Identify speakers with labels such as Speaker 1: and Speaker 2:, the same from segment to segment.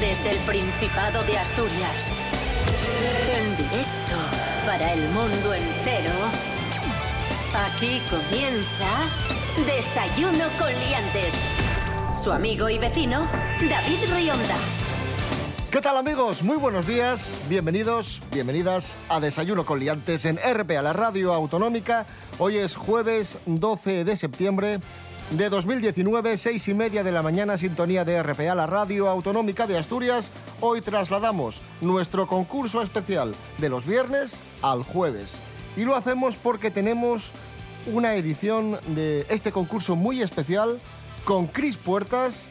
Speaker 1: Desde el Principado de Asturias. En directo para el mundo entero. Aquí comienza Desayuno con Liantes. Su amigo y vecino, David Rionda.
Speaker 2: ¿Qué tal amigos? Muy buenos días, bienvenidos, bienvenidas a Desayuno con Liantes en RPA, la radio autonómica. Hoy es jueves 12 de septiembre de 2019, seis y media de la mañana, sintonía de RPA, la radio autonómica de Asturias. Hoy trasladamos nuestro concurso especial de los viernes al jueves. Y lo hacemos porque tenemos una edición de este concurso muy especial con Cris Puertas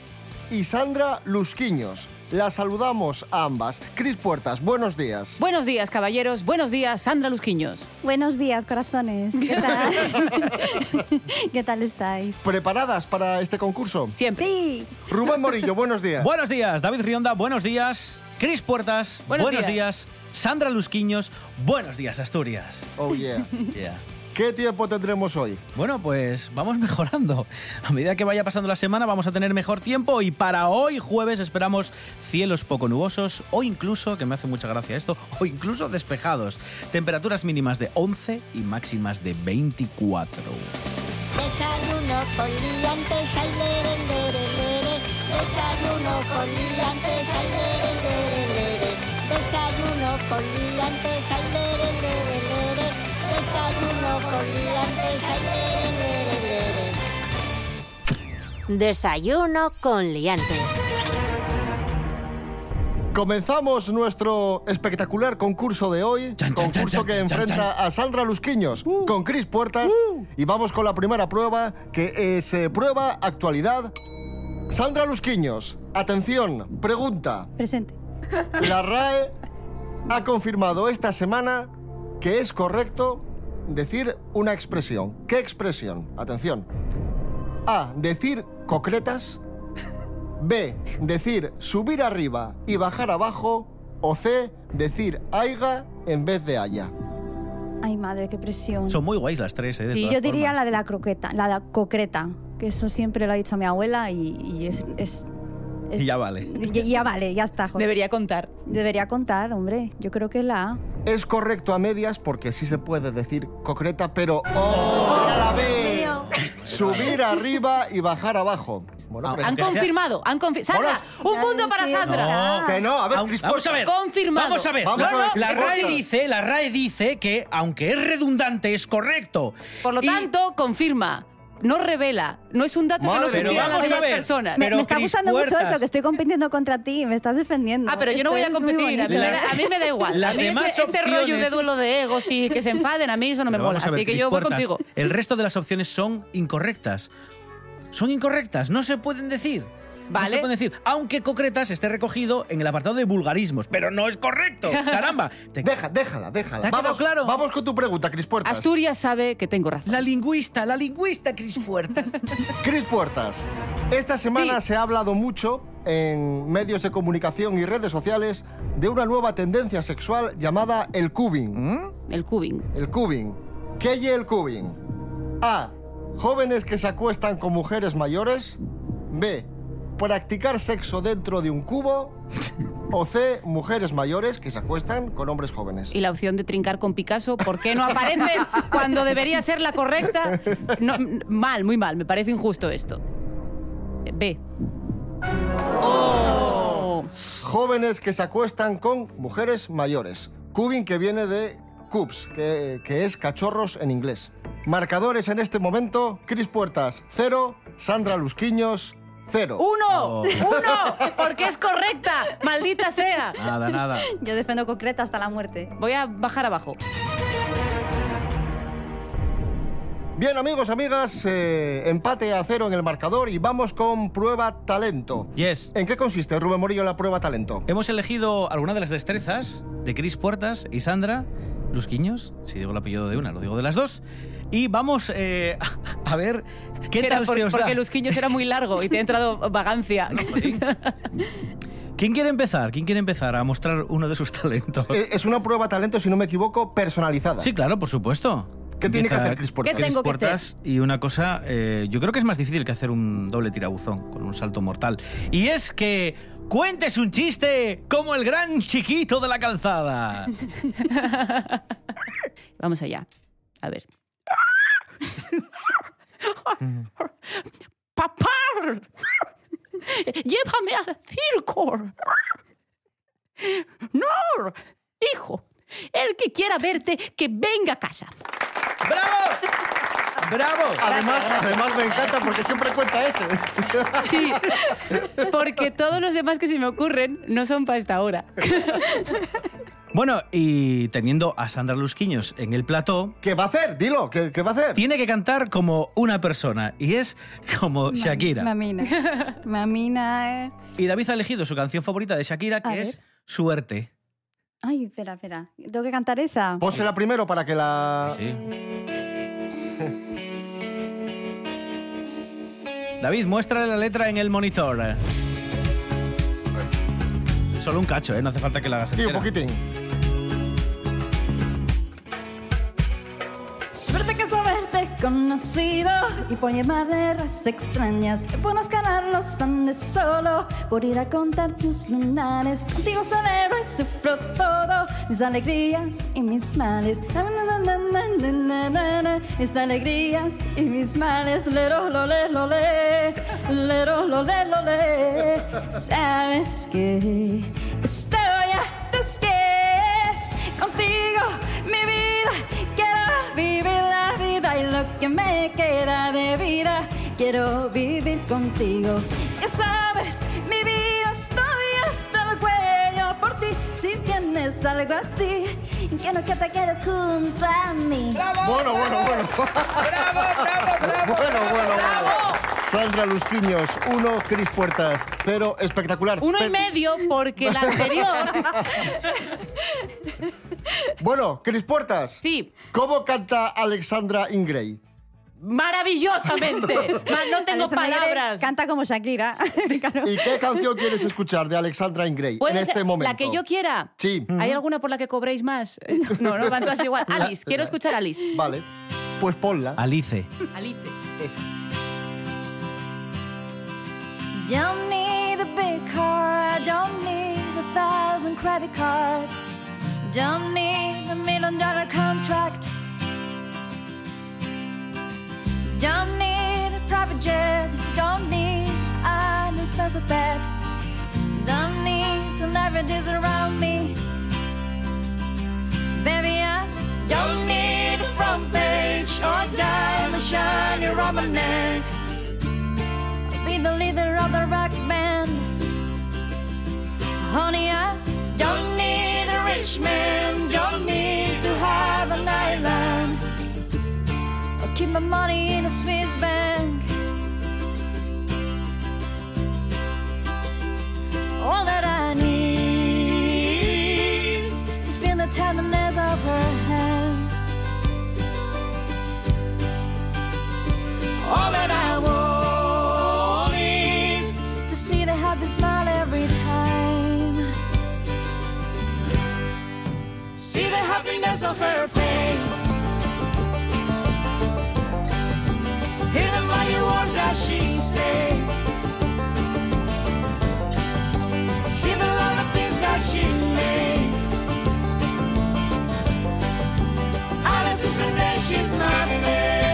Speaker 2: y Sandra Lusquiños. Las saludamos a ambas. Cris Puertas, buenos días.
Speaker 3: Buenos días, caballeros. Buenos días, Sandra Lusquiños.
Speaker 4: Buenos días, corazones. ¿Qué tal? ¿Qué tal estáis?
Speaker 2: ¿Preparadas para este concurso?
Speaker 3: Siempre.
Speaker 4: Sí.
Speaker 2: Rubén Morillo, buenos días.
Speaker 5: Buenos días, David Rionda, buenos días. Cris Puertas,
Speaker 3: Buenos
Speaker 5: buenos,
Speaker 3: días.
Speaker 5: días. Sandra Lusquiños, buenos días, Asturias.
Speaker 2: Oh yeah.
Speaker 5: Yeah.
Speaker 2: ¿Qué tiempo tendremos hoy?
Speaker 5: Bueno, pues vamos mejorando. A medida que vaya pasando la semana vamos a tener mejor tiempo y para hoy jueves esperamos cielos poco nubosos o incluso, que me hace mucha gracia esto, o incluso despejados. Temperaturas mínimas de 11 y máximas de 24.
Speaker 6: Desayuno con liantes, ay, lere, lere, lere. Desayuno con liantes, ay, lere, lere, lere. Desayuno con liantes, ay, lere, lere, lere. Desayuno con liantes, ay, lere, lere, lere.
Speaker 1: Desayuno con Liantes.
Speaker 2: Comenzamos nuestro espectacular concurso de hoy,
Speaker 5: Chan, chan,
Speaker 2: concurso
Speaker 5: chan, chan,
Speaker 2: que
Speaker 5: chan, Uh.
Speaker 2: enfrenta a Sandra Lusquiños con Cris Puertas y vamos con la primera prueba que es eh, prueba actualidad. Sandra Lusquiños, atención, pregunta.
Speaker 4: Presente.
Speaker 2: La RAE ha confirmado esta semana que es correcto decir una expresión. ¿Qué expresión? Atención. A. Decir concretas. B. Decir subir arriba y bajar abajo. O C. Decir aiga en vez de haya.
Speaker 4: Ay, madre, qué presión.
Speaker 5: Son muy guays las tres, ¿eh? De
Speaker 4: Sí,
Speaker 5: todas
Speaker 4: yo diría
Speaker 5: formas.
Speaker 4: la de la croqueta, la de la concreta, que eso siempre lo ha dicho mi abuela y, y es, es- es-
Speaker 5: Y ya vale.
Speaker 4: y- y ya vale, ya está. joder.
Speaker 3: Debería contar.
Speaker 4: Debería contar, hombre. Yo creo que es la A.
Speaker 2: Es correcto a medias porque sí se puede decir concreta, pero ¡Oh! ¡Era la B! Subir arriba y bajar abajo. Bueno,
Speaker 5: Ah,
Speaker 2: pero-
Speaker 3: Han
Speaker 5: Aunque sea-
Speaker 3: confirmado, han confirmado.
Speaker 2: Hola.
Speaker 3: ¡Sandra! ¡Un
Speaker 4: Ya
Speaker 3: punto
Speaker 4: lo
Speaker 3: para
Speaker 4: sé.
Speaker 3: Sandra!
Speaker 5: No,
Speaker 2: que no, a ver, Cris
Speaker 5: Vamos a ver.
Speaker 3: Confirmado.
Speaker 5: Vamos a ver.
Speaker 2: Vamos
Speaker 5: No,
Speaker 2: a ver.
Speaker 5: no, La
Speaker 2: Es
Speaker 5: RAE
Speaker 2: correcto.
Speaker 5: dice, la RAE dice que aunque es redundante es correcto.
Speaker 3: Por lo
Speaker 5: Y-
Speaker 3: tanto, confirma. No revela. No es un dato
Speaker 2: Madre mía.
Speaker 3: que no se a
Speaker 2: Pero
Speaker 3: las
Speaker 2: vamos a
Speaker 3: demás
Speaker 5: ver.
Speaker 3: personas.
Speaker 4: Me,
Speaker 5: Pero,
Speaker 4: me está
Speaker 5: Cris
Speaker 4: gustando mucho
Speaker 5: Puertas.
Speaker 4: eso, que estoy compitiendo contra ti, me estás defendiendo.
Speaker 3: Ah, pero yo
Speaker 4: Esto
Speaker 3: no voy a
Speaker 4: es muy
Speaker 3: competir. A mí,
Speaker 4: bonito.
Speaker 5: Las-
Speaker 3: a mí me da igual.
Speaker 5: las
Speaker 3: a mí este-
Speaker 5: demás
Speaker 3: este, rollo de
Speaker 5: opciones-
Speaker 3: duelo de egos y que se enfaden, a mí eso no me
Speaker 5: Pero
Speaker 3: mola.
Speaker 5: vamos a ver,
Speaker 3: así que
Speaker 5: Cris
Speaker 3: yo voy
Speaker 5: Puertas,
Speaker 3: contigo.
Speaker 5: El resto de las opciones son incorrectas. Son incorrectas, no se pueden decir. No
Speaker 3: Vale.
Speaker 5: se pueden decir, aunque concretas esté recogido en el apartado de vulgarismos, pero no es correcto. Caramba. Te-
Speaker 2: Deja, déjala, déjala.
Speaker 5: ¿Te ha quedado
Speaker 2: vamos,
Speaker 5: claro?
Speaker 2: vamos con tu pregunta, Cris Puertas.
Speaker 3: Asturias sabe que tengo razón.
Speaker 5: La lingüista, la lingüista Cris Puertas.
Speaker 2: Cris Puertas, esta semana se ha hablado mucho en medios de comunicación y redes sociales de una nueva tendencia sexual llamada el
Speaker 5: Mm.
Speaker 2: cubing.
Speaker 3: El cubing.
Speaker 2: El cubing. ¿Qué es el cubing? A. Jóvenes que se acuestan con mujeres mayores. B. Practicar sexo dentro de un cubo. O C. Mujeres mayores que se acuestan con hombres jóvenes.
Speaker 3: y la opción de trincar con Picasso, ¿por qué no aparece cuando debería ser la correcta? No, m- mal, muy mal, me parece injusto esto. Eh, B. Oh.
Speaker 2: Jóvenes que se acuestan con mujeres mayores. Cubing que viene de cubs, que, que es cachorros en inglés. Marcadores en este momento, Cris Puertas 0, Sandra Lusquiños 0.
Speaker 3: ¡Uno!
Speaker 5: Oh.
Speaker 3: ¡Uno! Porque es correcta, maldita sea.
Speaker 5: Nada, nada.
Speaker 4: Yo defiendo concreta hasta la muerte.
Speaker 3: Voy a bajar abajo.
Speaker 2: Bien amigos, amigas, eh, empate a cero en el marcador y vamos con prueba talento.
Speaker 5: Yes.
Speaker 2: ¿En qué consiste, Rubén Morillo, la prueba talento?
Speaker 5: Hemos elegido alguna de las destrezas de Cris Puertas y Sandra Lusquiños, si digo el apellido de una, lo digo de las dos. Y vamos eh, a ver qué
Speaker 3: Era
Speaker 5: tal
Speaker 3: por-
Speaker 5: se os
Speaker 3: porque
Speaker 5: da.
Speaker 3: Lusquiños era muy largo y te ha entrado vagancia.
Speaker 5: No, jolín. ¿Quién quiere empezar? ¿Quién quiere empezar a mostrar uno de sus talentos?
Speaker 2: Eh, Es una prueba talento, si no me equivoco, personalizada.
Speaker 5: Sí, claro, por supuesto.
Speaker 2: ¿Qué tiene que hacer Cris Puertas?
Speaker 3: ¿Qué tengo que
Speaker 5: Puertas y una cosa, eh, yo creo que es más difícil que hacer un doble tirabuzón con un salto mortal. Y es que Cuentes un chiste como el gran chiquito de la calzada.
Speaker 3: Vamos allá. A ver. ¡Papá! ¡Llévame al circo! ¡No! Hijo, el que quiera verte, que venga a casa.
Speaker 5: ¡Bravo! ¡Bravo!
Speaker 2: Además, además me encanta porque siempre cuenta ese.
Speaker 3: Sí, porque todos los demás que se me ocurren no son para esta hora.
Speaker 5: Bueno, y teniendo a Sandra Lusquiños en el plató,
Speaker 2: ¿Qué va a hacer? Dilo, ¿qué, qué va a hacer?
Speaker 5: tiene que cantar como una persona y es como Shakira.
Speaker 7: Mamina. Mamina. eh.
Speaker 5: Y David ha elegido su canción favorita de Shakira, que
Speaker 7: A
Speaker 5: es
Speaker 7: ver.
Speaker 5: Suerte.
Speaker 7: Ay, espera, espera. ¿Tengo que cantar esa?
Speaker 2: Pónsela primero para que la...
Speaker 5: Sí. David, muéstrale la letra en el monitor. Solo un cacho, ¿eh? No hace falta que la hagas
Speaker 2: Sí, un
Speaker 5: entera.
Speaker 2: poquitín.
Speaker 7: Suerte que saberte conocido y por llevar de razas extrañas. Buenos ganar los Andes solo por ir a contar tus lunares. Contigo celebro y sufro todo, mis alegrías y mis males. Na, na, na, na, na, na, na, na. Mis alegrías y mis males. Lero, lo, le, lo, le. Lero, lo, le, lo, le. Sabes que estoy a tus pies. Contigo mi vida quiero vivir la vida y lo que me queda de vida quiero vivir contigo. Ya sabes, mi vida estoy hasta el cuello por ti. Si tienes algo así, quiero que te quedes junto a mí.
Speaker 2: Bueno, bueno, bueno. Bueno, bueno, bueno. Sandra Lusquiños, uno. Cris Puertas, cero. Espectacular.
Speaker 3: Uno y
Speaker 2: Pe-
Speaker 3: medio, porque la anterior.
Speaker 2: Bueno, Cris Puertas.
Speaker 3: Sí.
Speaker 2: ¿Cómo canta Alexandra Ingray?
Speaker 3: Maravillosamente. Ma- No tengo
Speaker 4: este
Speaker 3: palabras.
Speaker 7: Canta como Shakira.
Speaker 2: ¿Y qué canción quieres escuchar de Alexandra Ingray en
Speaker 3: ¿Puede
Speaker 2: este
Speaker 3: ser
Speaker 2: momento?
Speaker 3: La que yo quiera.
Speaker 2: Sí.
Speaker 3: ¿Hay alguna por la que cobréis más? Eh, No, no van todas igual. Alice, quiero escuchar a Alice.
Speaker 2: Vale. Pues ponla.
Speaker 5: Alice.
Speaker 3: Alice.
Speaker 2: Esa.
Speaker 7: Don't need a big car, I don't need a thousand credit cards. Don't need a million dollar contract. Don't need a private jet, don't need an expensive bed. Don't need celebrities around me. Baby, I don't need a front page or a diamond shining around my neck be the leader of the rock band. Honey, I don't need a rich man, don't need to have an island. I'll keep my money in a Swiss bank. All that I need is to feel the tenderness of her hand. All that I want is to see the happy smile every time. See the happiness of her face. Hear the mighty words that she says. See the lot of things that she makes. Alice is her name, she's my name.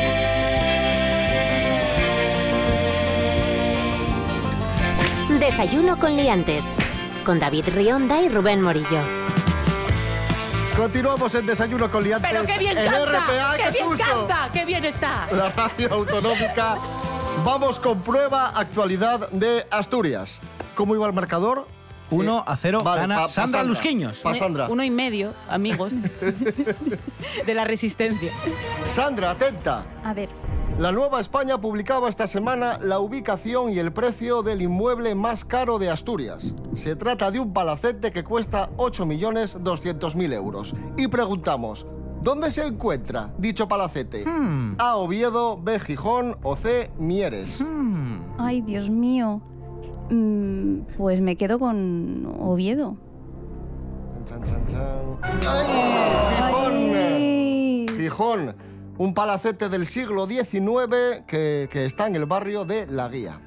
Speaker 1: Desayuno con liantes. Con David Rionda y Rubén Morillo.
Speaker 2: Continuamos en Desayuno con Liantes.
Speaker 3: Pero qué bien
Speaker 2: en
Speaker 3: canta.
Speaker 2: RPA,
Speaker 3: qué,
Speaker 2: qué,
Speaker 3: bien
Speaker 2: susto.
Speaker 3: canta. Qué bien está.
Speaker 2: La radio autonómica. Vamos con prueba actualidad de Asturias. ¿Cómo iba el marcador?
Speaker 5: 1
Speaker 2: Eh,
Speaker 5: a 0
Speaker 2: vale,
Speaker 5: gana
Speaker 2: pa- pa
Speaker 5: Sandra Lusquiños.
Speaker 2: Pa Sandra.
Speaker 3: Uno y medio, amigos. de la resistencia.
Speaker 2: Sandra, atenta.
Speaker 7: A ver,
Speaker 2: La Nueva España publicaba esta semana la ubicación y el precio del inmueble más caro de Asturias. Se trata de un palacete que cuesta 8.200.000 euros. Y preguntamos, ¿dónde se encuentra dicho palacete? A, Oviedo, B, Gijón o C, Mieres.
Speaker 7: ay Dios mío. Mm, Pues me quedo con Oviedo.
Speaker 2: Chan, chan, chan, chan. ¡Ay,
Speaker 7: Ay.
Speaker 2: Gijón! Gijón, un palacete del siglo XIX que, que está en el barrio de La Guía.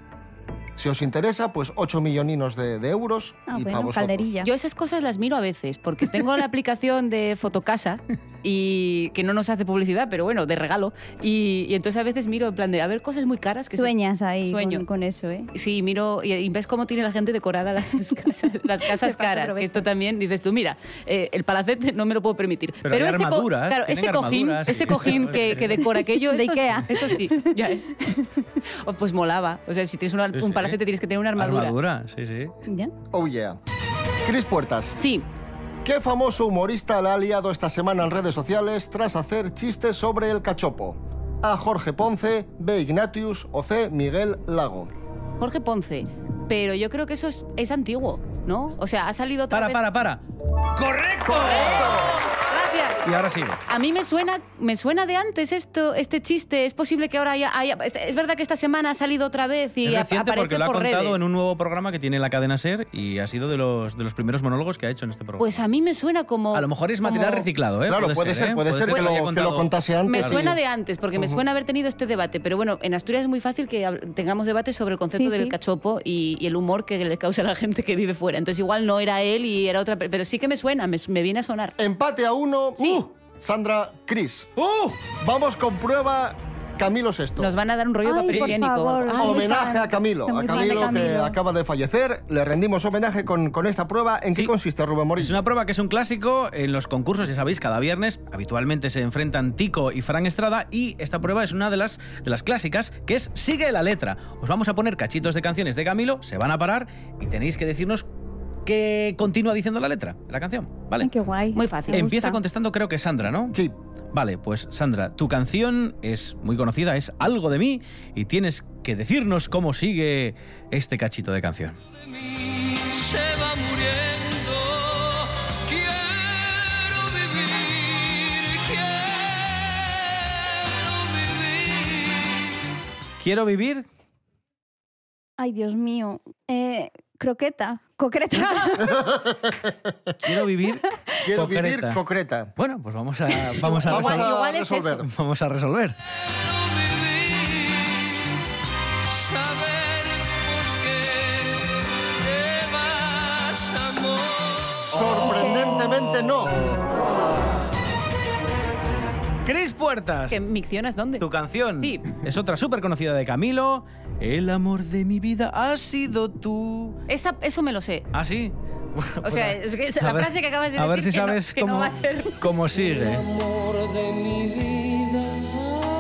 Speaker 2: Si os interesa, pues 8 milloninos de, de euros
Speaker 4: Ah,
Speaker 2: y para
Speaker 4: bueno,
Speaker 2: vosotros.
Speaker 4: calderilla.
Speaker 3: Yo esas cosas las miro a veces, porque tengo la aplicación de Fotocasa, y que no nos hace publicidad, pero bueno, de regalo. Y, y entonces a veces miro en plan de, a ver, cosas muy caras que se-
Speaker 4: Sueñas ahí
Speaker 3: Sueño.
Speaker 4: Con, con eso, ¿eh?
Speaker 3: Sí, miro y, y ves cómo tiene la gente decorada las casas, las casas
Speaker 4: De
Speaker 3: caras.
Speaker 4: paso
Speaker 3: Que
Speaker 4: aprovechas.
Speaker 3: esto también dices tú, mira, eh, el palacete no me lo puedo permitir.
Speaker 5: Pero hay
Speaker 3: ese co-
Speaker 5: armaduras,
Speaker 3: claro,
Speaker 5: tienen
Speaker 3: ese cojín,
Speaker 5: armaduras y-
Speaker 3: ese cojín que, que decora aquello
Speaker 4: De
Speaker 3: eso sí,
Speaker 4: Ikea.
Speaker 3: Eso sí, ya, eh. O, Pues molaba. O sea, si tienes una-
Speaker 5: Sí,
Speaker 3: un
Speaker 5: sí.
Speaker 3: palacete tienes que tener una armadura.
Speaker 5: Armadura, sí, sí.
Speaker 4: ¿Ya?
Speaker 2: Oh yeah. Cris Puertas,
Speaker 3: Sí,
Speaker 2: ¿qué famoso humorista la ha liado esta semana en redes sociales tras hacer chistes sobre el cachopo? A. Jorge Ponce, B. Ignatius o C. Miguel Lago.
Speaker 3: Jorge Ponce. Pero yo creo que eso es, es antiguo, ¿no? O sea, ha salido otra
Speaker 5: Para,
Speaker 3: vez-
Speaker 5: para, para. ¡Correcto!
Speaker 3: Gracias.
Speaker 5: Y ahora sigue.
Speaker 3: A mí me suena, me suena de antes esto, este chiste. Es posible que ahora haya, haya- es, es verdad que esta semana ha salido otra vez y
Speaker 5: es
Speaker 3: a-
Speaker 5: reciente
Speaker 3: aparece
Speaker 5: porque lo ha
Speaker 3: por
Speaker 5: contado
Speaker 3: redes.
Speaker 5: en un nuevo programa que tiene la cadena Ser y ha sido de los, de los primeros monólogos que ha hecho en este programa.
Speaker 3: Pues a mí me suena como.
Speaker 5: a lo mejor es material
Speaker 3: como-
Speaker 5: reciclado, ¿eh?
Speaker 2: claro, puede ser,
Speaker 5: ¿eh?
Speaker 2: puede, ser, que,
Speaker 5: haya
Speaker 2: lo, que lo
Speaker 5: contado.
Speaker 2: contase antes.
Speaker 3: Me
Speaker 2: y-
Speaker 3: suena de antes, porque me
Speaker 2: Ujú.
Speaker 3: suena haber tenido este debate. Pero bueno, en Asturias es muy fácil que hab- tengamos debate sobre el concepto
Speaker 4: Sí,
Speaker 3: del
Speaker 4: sí.
Speaker 3: cachopo y, y el humor que le causa a la gente que vive fuera. Entonces, igual no era él y era otra. pe- Pero sí que me suena, me, me viene a sonar.
Speaker 2: Empate a uno.
Speaker 3: Sí.
Speaker 2: Uh, Sandra, Cris.
Speaker 5: ¡Uh!
Speaker 2: Vamos con prueba Camilo Sexto.
Speaker 3: Nos van a dar un rollo de
Speaker 4: Ay,
Speaker 3: papel
Speaker 4: por
Speaker 3: higiénico.
Speaker 4: favor.
Speaker 3: Ay,
Speaker 4: muy
Speaker 2: Homenaje
Speaker 4: fan.
Speaker 2: a Camilo,
Speaker 4: Soy
Speaker 2: a
Speaker 4: muy fan de
Speaker 2: Camilo que
Speaker 4: Camilo.
Speaker 2: acaba de fallecer. Le rendimos homenaje con, con esta prueba. ¿En qué
Speaker 5: Sí.
Speaker 2: consiste, Rubén
Speaker 5: Es
Speaker 2: Morillo?
Speaker 5: una prueba que es un clásico. En los concursos, ya sabéis, cada viernes habitualmente se enfrentan Tico y Fran Estrada y esta prueba es una de las, de las clásicas que es Sigue la letra. Os vamos a poner cachitos de canciones de Camilo, se van a parar y tenéis que decirnos qué continúa diciendo la letra de la canción. ¿Vale?
Speaker 4: Ay, qué guay.
Speaker 3: Muy fácil.
Speaker 4: Me
Speaker 5: Empieza
Speaker 4: gusta.
Speaker 5: contestando creo que Sandra, ¿no?
Speaker 2: Sí.
Speaker 5: Vale, pues Sandra, tu canción es muy conocida, es Algo de mí y tienes que decirnos cómo sigue este cachito de canción.
Speaker 8: se va muriendo. Quiero vivir, quiero vivir.
Speaker 5: Quiero vivir
Speaker 4: Ay, Dios mío. Eh, croqueta. Concreta.
Speaker 5: Quiero vivir.
Speaker 2: Quiero
Speaker 5: concreta.
Speaker 2: vivir concreta.
Speaker 5: Bueno, pues vamos a, vamos a,
Speaker 2: Vamos
Speaker 5: resolver.
Speaker 2: a
Speaker 3: Igual es
Speaker 2: resolver.
Speaker 5: Vamos a resolver.
Speaker 8: Saber por qué te vas, amor.
Speaker 2: Sorprendentemente no.
Speaker 5: Cris Puertas,
Speaker 3: Ah, ¿Que miccionas dónde?
Speaker 5: tu canción
Speaker 3: Sí.
Speaker 5: es otra súper conocida de Camilo. El amor de mi vida ha sido tú.
Speaker 3: Esa, eso me lo sé.
Speaker 5: ¿Ah, sí? Pues,
Speaker 3: O sea, es que es la frase que acabas de
Speaker 5: A ver si
Speaker 3: decir que no-
Speaker 5: sabes
Speaker 3: que no
Speaker 5: cómo,
Speaker 3: va a ser.
Speaker 5: cómo sigue.
Speaker 8: amor de mi vida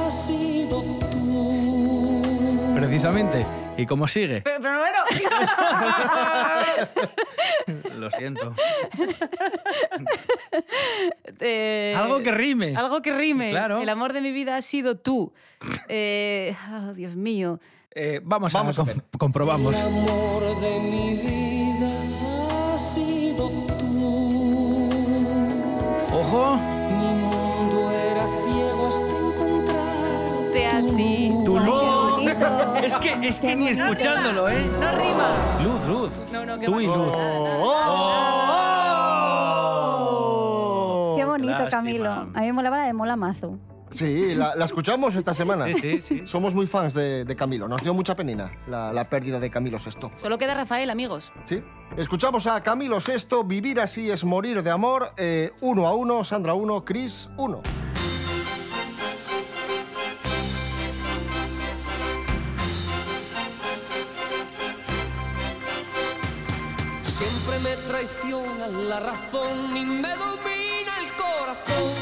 Speaker 8: ha sido tú.
Speaker 5: Precisamente. ¿Y cómo sigue?
Speaker 3: Pero, pero bueno,
Speaker 5: Lo siento.
Speaker 3: eh,
Speaker 5: Algo que rime.
Speaker 3: Algo que rime.
Speaker 5: Claro.
Speaker 3: El amor de mi vida ha sido tú. Eh, oh, Dios mío.
Speaker 5: Eh, vamos,
Speaker 2: Vamos a
Speaker 5: a,
Speaker 2: ver.
Speaker 5: comprobamos.
Speaker 8: amor de mi vida ha sido tú.
Speaker 5: Ojo.
Speaker 8: Mi mundo era ciego hasta encontrar.
Speaker 3: Te a ti.
Speaker 5: Tu
Speaker 4: Ay, qué
Speaker 5: luz.
Speaker 4: bonito.
Speaker 5: Es que, es que ni
Speaker 4: bonito.
Speaker 5: escuchándolo, ¿eh?
Speaker 3: No rimas.
Speaker 5: Luz, luz.
Speaker 3: No, no, qué
Speaker 5: Tú y
Speaker 3: va.
Speaker 5: luz.
Speaker 4: Qué bonito,
Speaker 5: Oh, Lástima.
Speaker 4: Camilo. A mí me molaba la de Mola Mazo.
Speaker 2: Sí, la, la escuchamos esta semana.
Speaker 5: Sí, sí, sí.
Speaker 2: Somos muy fans de, de Camilo. Nos dio mucha penina la, la pérdida de Camilo Sexto.
Speaker 3: Solo queda Rafael, amigos.
Speaker 2: Sí. Escuchamos a Camilo Sexto, Vivir así es morir de amor, eh, uno a uno, Sandra uno, Cris uno.
Speaker 8: Siempre me traiciona la razón y me domina el corazón.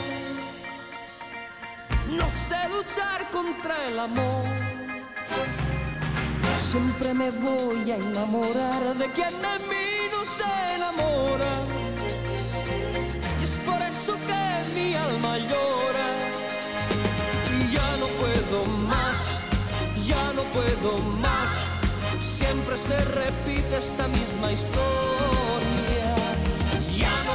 Speaker 8: No sé luchar contra el amor. Siempre me voy a enamorar de quien de mí no se enamora. Y es por eso que mi alma llora. Y ya no puedo más, ya no puedo más. Siempre se repite esta misma historia. Ya no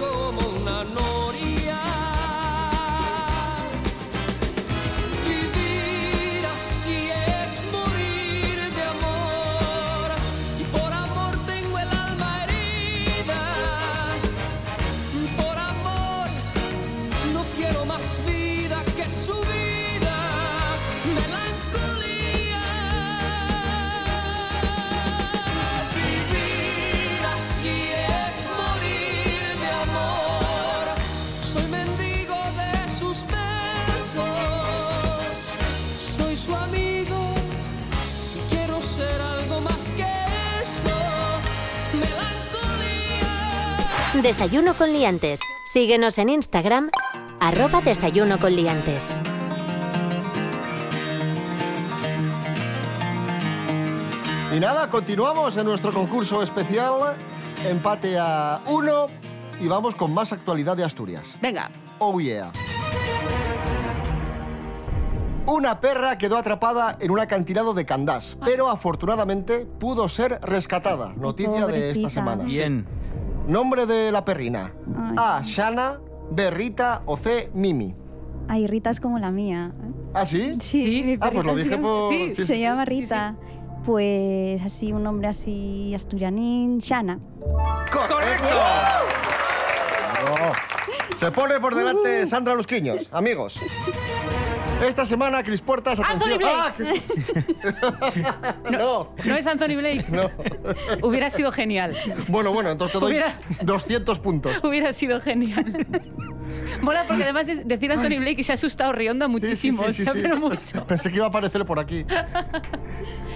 Speaker 8: como una noria. Vivir así es morir de amor. Y por amor tengo el alma herida. Por amor no quiero más vida, Deja que su vida melancolía Vivir así es morir de amor Soy mendigo de sus besos Soy su amigo y quiero ser algo más que eso Melancolía
Speaker 1: Desayuno con liantes. Síguenos en Instagram, arroba desayuno con liantes.
Speaker 2: Y nada, continuamos en nuestro concurso especial. Empate a uno y vamos con más actualidad de Asturias.
Speaker 3: Venga,
Speaker 2: Oh yeah. Una perra quedó atrapada en un acantilado de Candás, pero afortunadamente pudo ser rescatada. Noticia de esta
Speaker 4: Pobrecita.
Speaker 2: semana.
Speaker 5: Bien.
Speaker 2: Nombre de la perrina. A.
Speaker 4: Ay.
Speaker 2: Shana, B. Rita o C. Mimi.
Speaker 4: Ay, Rita es como la mía.
Speaker 2: ¿Ah, sí?
Speaker 4: Sí, mi
Speaker 2: Ah, pues
Speaker 4: perrita
Speaker 2: lo
Speaker 4: se
Speaker 2: dije
Speaker 4: llama-
Speaker 2: por...
Speaker 3: sí,
Speaker 2: sí,
Speaker 4: se
Speaker 2: sí.
Speaker 4: llama Rita. Pues así, un nombre así asturianín, Shana.
Speaker 2: ¡Correcto! Bravo. Se pone por delante Sandra Lusquiños, amigos. Esta semana, Cris Puertas, atención...
Speaker 3: Blake.
Speaker 2: ¡Ah! que- no.
Speaker 3: no es Anthony Blake.
Speaker 2: no.
Speaker 3: Hubiera sido genial.
Speaker 2: Bueno, bueno, entonces te doy
Speaker 3: Hubiera-
Speaker 2: 200 puntos.
Speaker 3: Hubiera sido genial. Mola porque además es decir Anthony Blake y se ha asustado riendo
Speaker 2: Sí, sí,
Speaker 3: muchísimo,
Speaker 2: sí, sí,
Speaker 3: o sea,
Speaker 2: sí.
Speaker 3: pero
Speaker 2: Pensé-
Speaker 3: mucho.
Speaker 2: Pensé que iba a aparecer por aquí.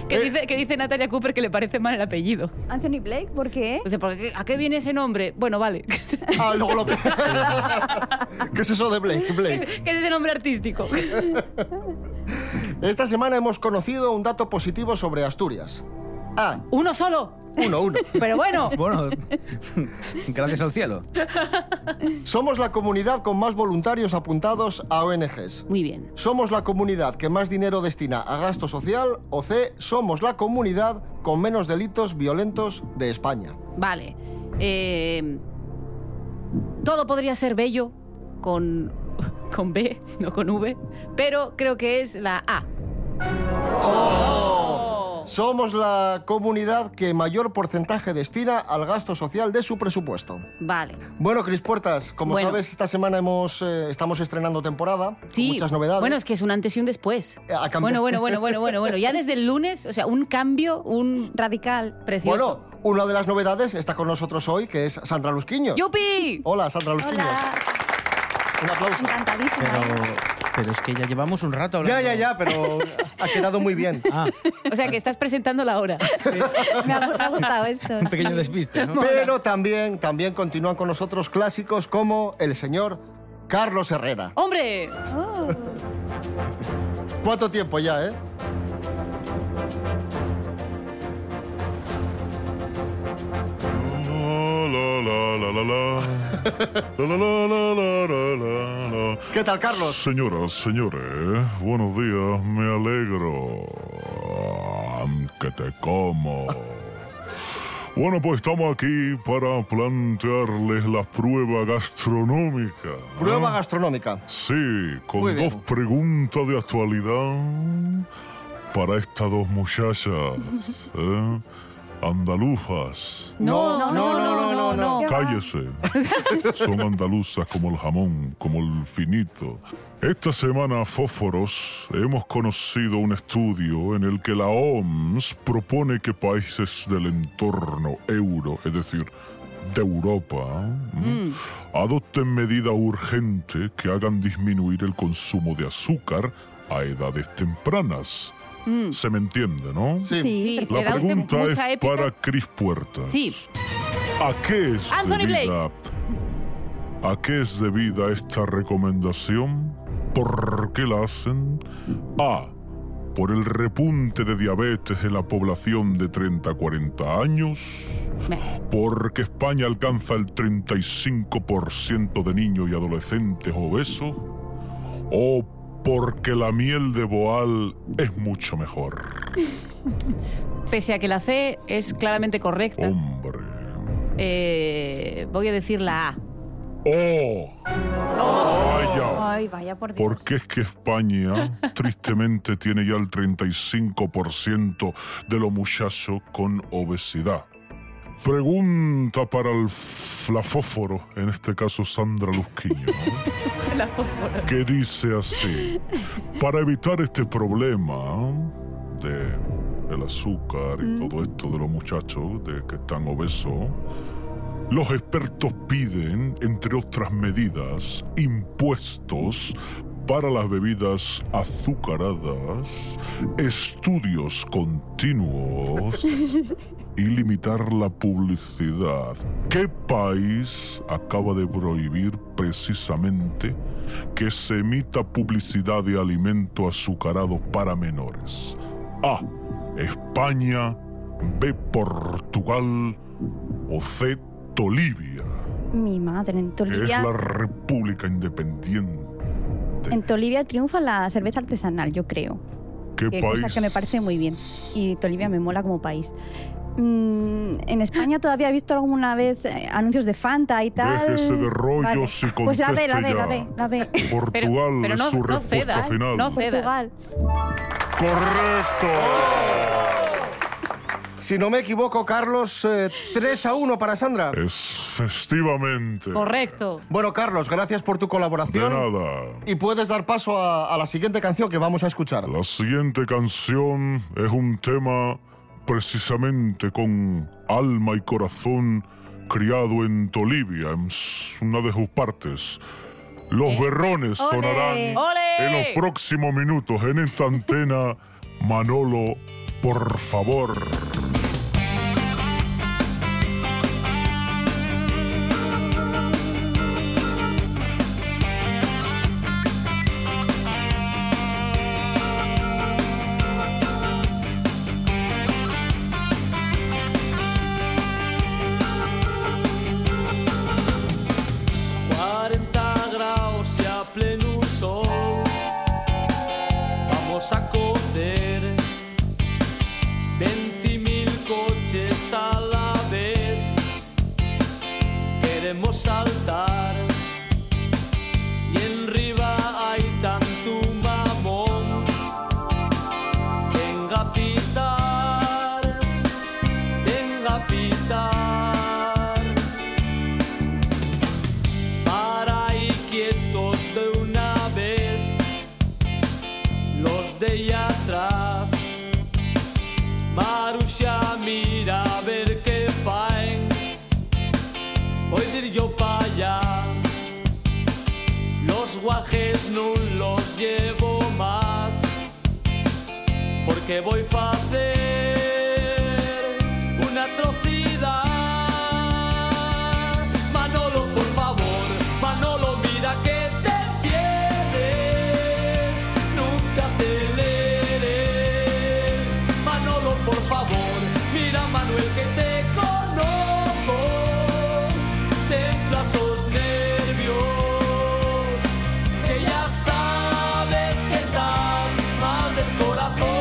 Speaker 3: Que,
Speaker 2: Eh.
Speaker 3: dice, que dice Natalia Cooper que le parece mal el apellido.
Speaker 4: Anthony Blake, ¿por qué?
Speaker 3: O sea, ¿por qué- ¿a qué viene ese nombre? Bueno, vale.
Speaker 2: Ah, luego lo... ¿Qué es eso de Blake?
Speaker 3: ¿Qué es,
Speaker 2: Blake.
Speaker 3: qué es ese nombre artístico?
Speaker 2: Esta semana hemos conocido un dato positivo sobre Asturias. A.
Speaker 3: Uno solo.
Speaker 2: Uno, uno.
Speaker 3: Pero bueno,
Speaker 5: Bueno, gracias al cielo.
Speaker 2: Somos la comunidad con más voluntarios apuntados a ONGs.
Speaker 3: muy bien.
Speaker 2: Somos la comunidad que más dinero destina a gasto social o C. Somos la comunidad con menos delitos violentos de España.
Speaker 3: Vale. Eh, todo podría ser bello con, con B, no con V, pero creo que es la A.
Speaker 2: Somos la comunidad que mayor porcentaje destina al gasto social de su presupuesto.
Speaker 3: Vale.
Speaker 2: Bueno, Cris Puertas, como
Speaker 3: Bueno.
Speaker 2: sabes, esta semana hemos, eh, estamos estrenando temporada, con
Speaker 3: Sí.
Speaker 2: muchas novedades. Eh,
Speaker 3: Bueno, es que es un antes y un después.
Speaker 2: Ha cambiado.
Speaker 3: Bueno, bueno, bueno, bueno, bueno, bueno. Ya desde el lunes, o sea, un cambio, un
Speaker 4: Radical.
Speaker 3: precioso.
Speaker 2: Bueno, una de las novedades está con nosotros hoy, que es Sandra Lusquiño.
Speaker 3: ¡Yupi!
Speaker 2: Hola, Sandra Lusquiño.
Speaker 4: Hola,
Speaker 2: Un aplauso.
Speaker 4: encantadísima.
Speaker 5: Pero,
Speaker 4: ¿eh?
Speaker 5: pero es que ya llevamos un rato hablando.
Speaker 2: Ya, ya, ya, pero ha quedado muy bien.
Speaker 5: Ah,
Speaker 3: O sea, que estás presentando la hora.
Speaker 4: Me, ha, me ha gustado esto.
Speaker 5: un pequeño despiste, ¿no?
Speaker 2: Pero también, también continúan con nosotros clásicos como el señor Carlos Herrera.
Speaker 3: ¡Hombre!
Speaker 4: Oh,
Speaker 2: ¿Cuánto tiempo ya, eh? ¿Qué tal, Carlos?
Speaker 9: Señoras, señores, buenos días, me alegro. Que te como. Bueno, pues estamos aquí para plantearles la prueba gastronómica. ¿no?
Speaker 2: Prueba gastronómica.
Speaker 9: Sí,
Speaker 2: Muy
Speaker 9: con
Speaker 2: bien.
Speaker 9: dos preguntas de actualidad para estas dos muchachas ¿eh? andaluzas.
Speaker 3: No, no, no, no, no, no.
Speaker 4: no.
Speaker 9: Cállese. Son andaluzas como el jamón, como el finito. Esta semana, Fósforos, hemos conocido un estudio en el que la OMS propone que países del entorno euro, es decir, de Europa, ¿m? adopten medidas urgentes que hagan disminuir el consumo de azúcar a edades tempranas. Se me entiende, ¿no?
Speaker 2: Sí.
Speaker 4: sí,
Speaker 3: Sí,
Speaker 9: La
Speaker 3: le da usted
Speaker 9: pregunta es
Speaker 3: mucha épica.
Speaker 9: para Cris Puertas.
Speaker 3: Sí.
Speaker 9: ¿A qué es
Speaker 3: Anthony Blake.
Speaker 9: debida? ¿A qué es debida esta recomendación? ¿Por qué la hacen? A. Por el repunte de diabetes en la población de 30 a 40 años. Porque España alcanza el 35% de niños y adolescentes obesos. O porque la miel de boal es mucho mejor.
Speaker 3: Ah. Pese a que la C es claramente correcta,
Speaker 9: Hombre.
Speaker 3: eh, voy a decir la A.
Speaker 9: ¡Oh! ¡Vaya!
Speaker 4: Ay, vaya por Dios.
Speaker 9: Porque es que España, tristemente, tiene ya el 35% de los muchachos con obesidad. Pregunta para el f- la fósforo, en este caso Sandra Luzquiño.
Speaker 3: La fósforo.
Speaker 9: que dice así: Para evitar este problema de el azúcar y todo esto de los muchachos de que están obesos, los expertos piden, entre otras medidas, impuestos para las bebidas azucaradas, estudios continuos y limitar la publicidad. ¿Qué país acaba de prohibir precisamente que se emita publicidad de alimento azucarado para menores? A. España. B. Portugal. O C. Bolivia.
Speaker 4: Mi madre, en
Speaker 9: que es
Speaker 4: Tolivia,
Speaker 9: la República Independiente. Este.
Speaker 4: en Tolivia triunfa la cerveza artesanal, yo creo.
Speaker 9: ¿Qué
Speaker 4: que
Speaker 9: país?
Speaker 4: cosa que me parece muy bien. Y Tolivia me mola como país. Mm, en España todavía he visto alguna vez eh, anuncios de Fanta y tal.
Speaker 9: Déjese de rollos
Speaker 4: Vale.
Speaker 9: y
Speaker 4: Pues la
Speaker 9: conteste
Speaker 4: B, la B, la
Speaker 9: ya.
Speaker 4: B, la B.
Speaker 3: Pero-
Speaker 9: Portugal
Speaker 3: pero no-
Speaker 9: es su
Speaker 3: no
Speaker 9: respuesta
Speaker 3: ceda, ¿eh?
Speaker 9: final.
Speaker 3: No ceda.
Speaker 4: Portugal.
Speaker 9: ¡Correcto!
Speaker 2: Si no me equivoco, Carlos, eh, 3 a 1 para Sandra.
Speaker 3: Eh.
Speaker 9: Es festivamente.
Speaker 3: Correcto.
Speaker 2: Bueno, Carlos, gracias por tu
Speaker 9: De
Speaker 2: colaboración.
Speaker 9: nada.
Speaker 2: Y puedes dar paso a, a la siguiente canción que vamos a escuchar.
Speaker 9: La siguiente canción es un tema precisamente con alma y corazón criado en Tolivia, en s- una de sus partes. Los berrones
Speaker 4: ¡Ole!
Speaker 9: sonarán
Speaker 3: ¡Ole!
Speaker 9: en los próximos minutos en esta antena. Manolo, por favor.
Speaker 10: Vamos a correr 20.000 coches a la vez. Queremos saltar y en Riva hay tanto mamón. Venga a pitar, venga a pitar. Para ahí quietos de una vez los de allá atrás. Marusha mira a ver qué faen, hoy dir yo pa' allá. Los guajes no los llevo más, porque voy a hacer una atrocidad. Manolo, por favor, Manolo, mira que te pierdes, nunca aceleres. Manolo, por favor, mira Manuel que te conozco, templa esos nervios que ya sabes que estás mal del corazón.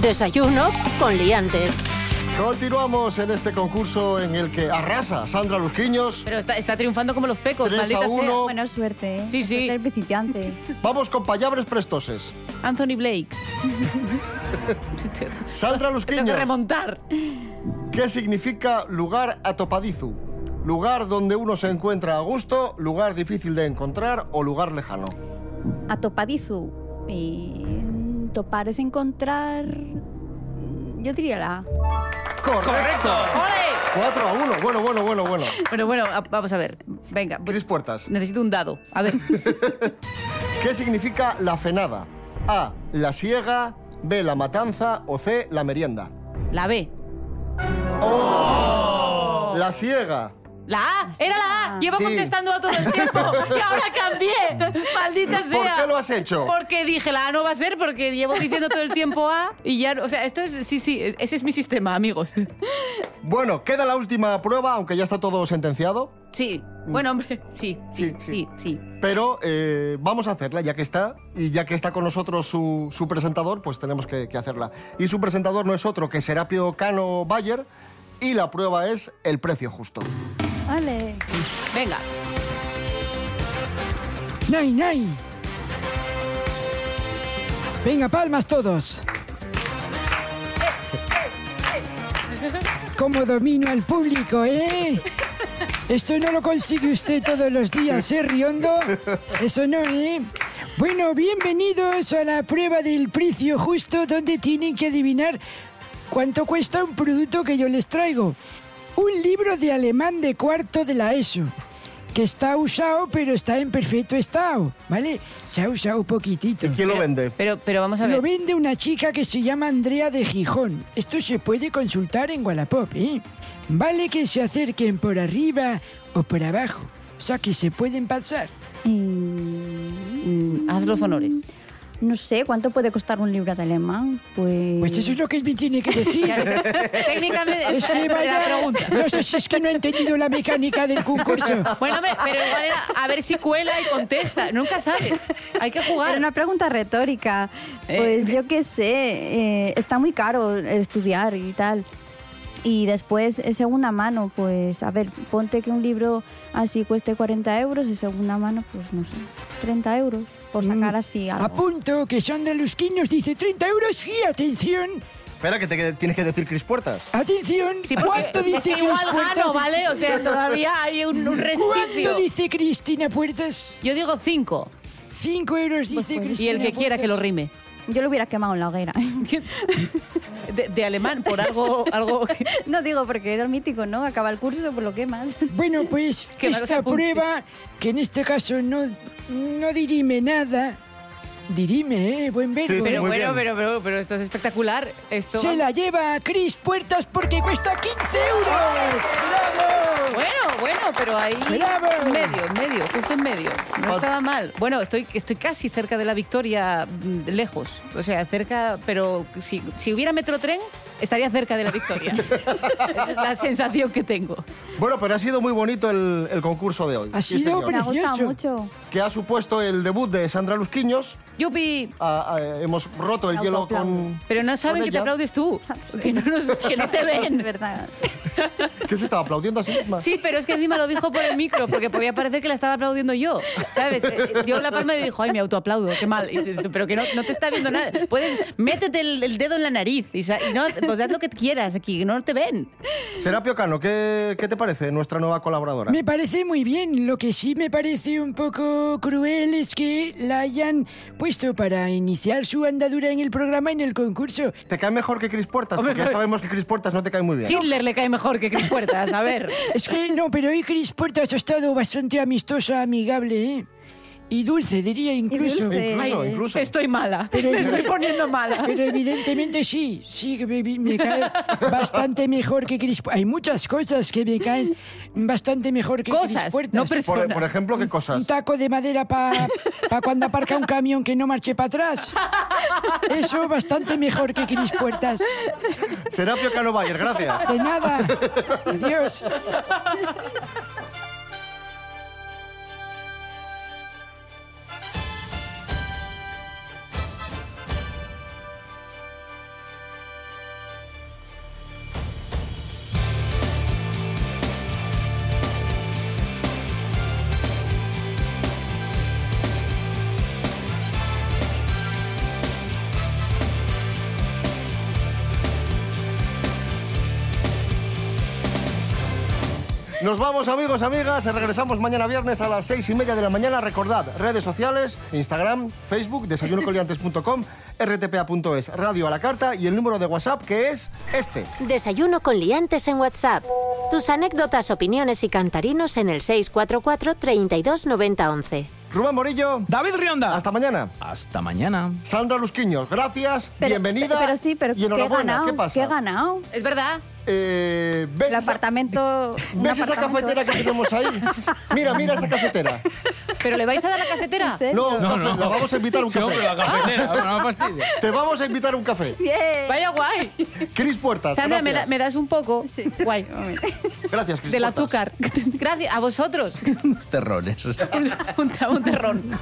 Speaker 11: Desayuno con liantes.
Speaker 2: Continuamos en este concurso en el que arrasa Sandra Luzquiños.
Speaker 3: Pero está, está triunfando como los pecos,
Speaker 2: Tres a
Speaker 3: maldita
Speaker 2: uno.
Speaker 4: Buena suerte, ¿eh?
Speaker 3: Sí, sí.
Speaker 4: Suerte del principiante.
Speaker 2: Vamos con palabras prestoses.
Speaker 3: sea. Anthony Blake.
Speaker 2: Sandra
Speaker 3: Tengo que
Speaker 2: Luzquiños,
Speaker 3: remontar.
Speaker 2: ¿qué significa lugar atopadizu? Lugar donde uno se encuentra a gusto, lugar difícil de encontrar o lugar lejano.
Speaker 4: A Topadizu. eh, topar es encontrar. mm, Yo diría la A.
Speaker 2: ¡Correcto!
Speaker 3: ¡Ole!
Speaker 2: 4 a 1. Bueno, bueno, bueno, bueno.
Speaker 3: Bueno, bueno, a- vamos a ver. Venga, pues,
Speaker 2: Cris Puertas,
Speaker 3: necesito un dado. A ver.
Speaker 2: ¿qué significa la fenada? A. La siega. B. La matanza. O C. La merienda.
Speaker 3: La B.
Speaker 2: La siega.
Speaker 3: La A. Era la A. Llevo
Speaker 2: Sí.
Speaker 3: contestando a todo el tiempo. Y ahora cambié. Maldita sea.
Speaker 2: ¿Por qué lo has hecho?
Speaker 3: Porque dije, la A no va a ser porque llevo diciendo todo el tiempo A y ya... no- O sea, esto es... Sí, sí, es- ese es mi sistema, amigos.
Speaker 2: Bueno, queda la última prueba, aunque ya está todo sentenciado.
Speaker 3: Sí. Bueno, hombre, sí, sí,
Speaker 2: Mm. Sí, sí.
Speaker 3: sí, sí.
Speaker 2: Pero eh, vamos a hacerla, ya que está. Y ya que está con nosotros su, su presentador, pues tenemos que, que hacerla. Y su presentador no es otro que Serapio Cano Bayer. Y la prueba es el precio justo.
Speaker 4: Vale.
Speaker 3: Venga.
Speaker 12: ¡Nay, nay! Venga, palmas todos. ¿Cómo domino al público, eh? Eso no lo consigue usted todos los días, ¿eh, Riondo? Eso no, ¿eh? Bueno, bienvenidos a la prueba del precio justo donde tienen que adivinar cuánto cuesta un producto que yo les traigo. Un libro de alemán de cuarto de la ESO, que está usado pero está en perfecto estado, ¿vale? Se ha usado poquitito.
Speaker 2: ¿Quién lo vende?
Speaker 3: Pero, pero vamos a ver.
Speaker 12: Lo vende una chica que se llama Andrea de Gijón. Esto se puede consultar en Wallapop, ¿eh? Vale que se acerquen por arriba o por abajo. O sea que se pueden pasar.
Speaker 3: Mm, Haz los honores.
Speaker 4: No sé, ¿cuánto puede costar un libro de alemán? Pues...
Speaker 12: Pues eso es lo que me tiene que decir.
Speaker 3: Técnicamente.
Speaker 12: Es que
Speaker 3: la
Speaker 12: vaya,
Speaker 3: pregunta.
Speaker 12: no sé si es que no he entendido la mecánica del concurso.
Speaker 3: Bueno, hombre, pero igual era a ver si cuela y contesta. Nunca sabes. Hay que
Speaker 4: Era
Speaker 3: jugar.
Speaker 4: una pregunta retórica.
Speaker 3: Eh.
Speaker 4: Pues yo qué sé, eh, está muy caro estudiar y tal. Y después, eh, segunda mano, pues a ver, ponte que un libro así cueste 40 euros y segunda mano, pues no sé, 30 euros, por
Speaker 2: Mm.
Speaker 4: sacar así
Speaker 2: Ah,
Speaker 12: A
Speaker 4: algo.
Speaker 12: punto que Sandra Lusquín nos dice 30 euros y atención,
Speaker 2: Espera, que te que- tienes que decir Cris Puertas.
Speaker 12: atención,
Speaker 3: Sí, porque
Speaker 12: ¿cuánto
Speaker 3: es
Speaker 12: dice
Speaker 3: que igual
Speaker 12: Cris
Speaker 3: gano,
Speaker 12: Puertas?
Speaker 3: ¿vale? O sea, todavía hay un, un
Speaker 12: ¿Cuánto
Speaker 3: resquicio.
Speaker 12: dice Cristina Puertas?
Speaker 3: Yo digo cinco.
Speaker 12: 5 euros dice
Speaker 4: pues,
Speaker 12: Cristina
Speaker 3: Y el que quiera que lo
Speaker 12: Puertas.
Speaker 3: rime.
Speaker 4: Yo lo hubiera quemado en la hoguera.
Speaker 3: De, de alemán, por algo, algo que-
Speaker 4: no digo porque era mítico, ¿no? Acaba el curso, pues lo quemas.
Speaker 12: Bueno, pues
Speaker 3: Que me los
Speaker 12: esta
Speaker 3: apunte.
Speaker 12: prueba, que en este caso no, no dirime nada, dirime, ¿eh? Buen verbo.
Speaker 2: Sí, sí,
Speaker 3: Pero
Speaker 2: Pues muy
Speaker 3: bueno,
Speaker 2: bien.
Speaker 3: pero, pero, pero esto es espectacular. Esto.
Speaker 12: Se la lleva a Cris Puertas porque cuesta 15 euros. ¡Bravo!
Speaker 3: Bueno, bueno, pero ahí.
Speaker 12: Bravo.
Speaker 3: En medio, en medio, justo en medio. No
Speaker 2: Fal-
Speaker 3: estaba mal. Bueno, estoy, estoy casi cerca de la victoria, mm, lejos. O sea, cerca, pero si, si hubiera metrotren, estaría cerca de la victoria. Esa es la sensación que tengo.
Speaker 2: Bueno, pero ha sido muy bonito el, el concurso de hoy.
Speaker 12: Ha
Speaker 2: Sí,
Speaker 12: sido
Speaker 2: señor.
Speaker 4: Me ha gustado
Speaker 12: Precioso.
Speaker 4: mucho.
Speaker 2: Que ha supuesto el debut de Sandra Lusquiños.
Speaker 3: Yupi.
Speaker 2: Ah, ah, hemos roto el hielo con...
Speaker 3: Pero no saben
Speaker 2: con
Speaker 3: que te
Speaker 2: ella.
Speaker 3: aplaudes tú, que no, nos- que no te
Speaker 4: Es
Speaker 3: ven.
Speaker 4: verdad.
Speaker 2: ¿Qué se estaba aplaudiendo así?
Speaker 3: Sí, pero es que encima lo dijo por el micro, porque podía parecer que la estaba aplaudiendo yo, ¿sabes? Eh, Dio la palma y dijo, ay, me autoaplaudo, qué mal. Y dices, pero que no, no te está viendo nada. Puedes, métete el, el dedo en la nariz y, sa- y no, pues haz lo que quieras aquí, que no te ven.
Speaker 2: Serapio Cano, ¿qué, qué te parece nuestra nueva colaboradora?
Speaker 12: Me parece muy bien, lo que sí me parece un poco cruel es que la hayan puesto para iniciar su andadura en el programa en el concurso.
Speaker 2: ¿Te cae mejor que Cris Puertas?
Speaker 3: Hombre,
Speaker 2: Porque ya
Speaker 3: pero-
Speaker 2: sabemos que Cris Puertas no te cae muy bien.
Speaker 3: Hitler le cae mejor que Cris Puertas, a ver.
Speaker 12: Es que no, pero hoy Cris Puertas ha estado bastante amistosa, amigable, ¿eh? Y dulce, diría incluso.
Speaker 4: dulce.
Speaker 2: E Incluso, incluso.
Speaker 3: Estoy mala, me estoy poniendo mala.
Speaker 12: Pero evidentemente sí, sí que me, me cae bastante mejor que Cris. Hay muchas cosas que me caen bastante mejor que Cris
Speaker 3: Cosas,
Speaker 12: Puertas.
Speaker 3: no
Speaker 2: Por,
Speaker 3: personas.
Speaker 2: por ejemplo, ¿qué
Speaker 12: un
Speaker 2: cosas?
Speaker 12: taco de madera para cuando aparca un camión que no marche para atrás. Eso bastante mejor que Cris Puertas.
Speaker 2: Serapio Cano Bayer, gracias.
Speaker 12: De nada. Adiós.
Speaker 2: Nos vamos, amigos, amigas. Regresamos mañana viernes a las seis y media de la mañana. Recordad, redes sociales, Instagram, Facebook, desayunocoliantes.com, rtpa.es, radio a la carta y el número de WhatsApp que es este.
Speaker 1: Desayuno con liantes en WhatsApp. Tus anécdotas, opiniones y cantarinos en el 644 32 90 11.
Speaker 2: Rubén Morillo,
Speaker 5: David Rionda.
Speaker 2: hasta mañana.
Speaker 5: Hasta mañana.
Speaker 2: Sandra Lusquiños, gracias,
Speaker 4: Pero-
Speaker 2: bienvenida.
Speaker 4: Pero sí, pero
Speaker 2: y
Speaker 4: ¿qué he
Speaker 2: enhorabuena,
Speaker 4: ganado?
Speaker 2: ¿qué pasa?
Speaker 4: ¿Qué he ganado?
Speaker 3: Es verdad.
Speaker 2: Eh, ¿ves
Speaker 4: El
Speaker 2: esa-
Speaker 4: apartamento. un
Speaker 2: ¿Ves esa
Speaker 4: apartamento-
Speaker 2: cafetera que tenemos ahí? Mira, mira esa cafetera.
Speaker 3: ¿Pero le vais a dar la cafetera?
Speaker 4: ¿En serio?
Speaker 2: No, café, la vamos a invitar a un
Speaker 5: Sí, hombre,
Speaker 2: café.
Speaker 5: la cafetera, no me fastidies.
Speaker 2: Te vamos a invitar a un café.
Speaker 4: Bien.
Speaker 3: Vaya guay.
Speaker 2: Cris Puertas,
Speaker 3: Sandra, me, da-
Speaker 2: gracias.
Speaker 3: me das un poco?
Speaker 4: Sí.
Speaker 3: Guay.
Speaker 2: Gracias, Cris
Speaker 3: Del
Speaker 2: Puertas.
Speaker 3: azúcar. Gracias. A vosotros.
Speaker 5: Terrones.
Speaker 3: un, ta- un terrón.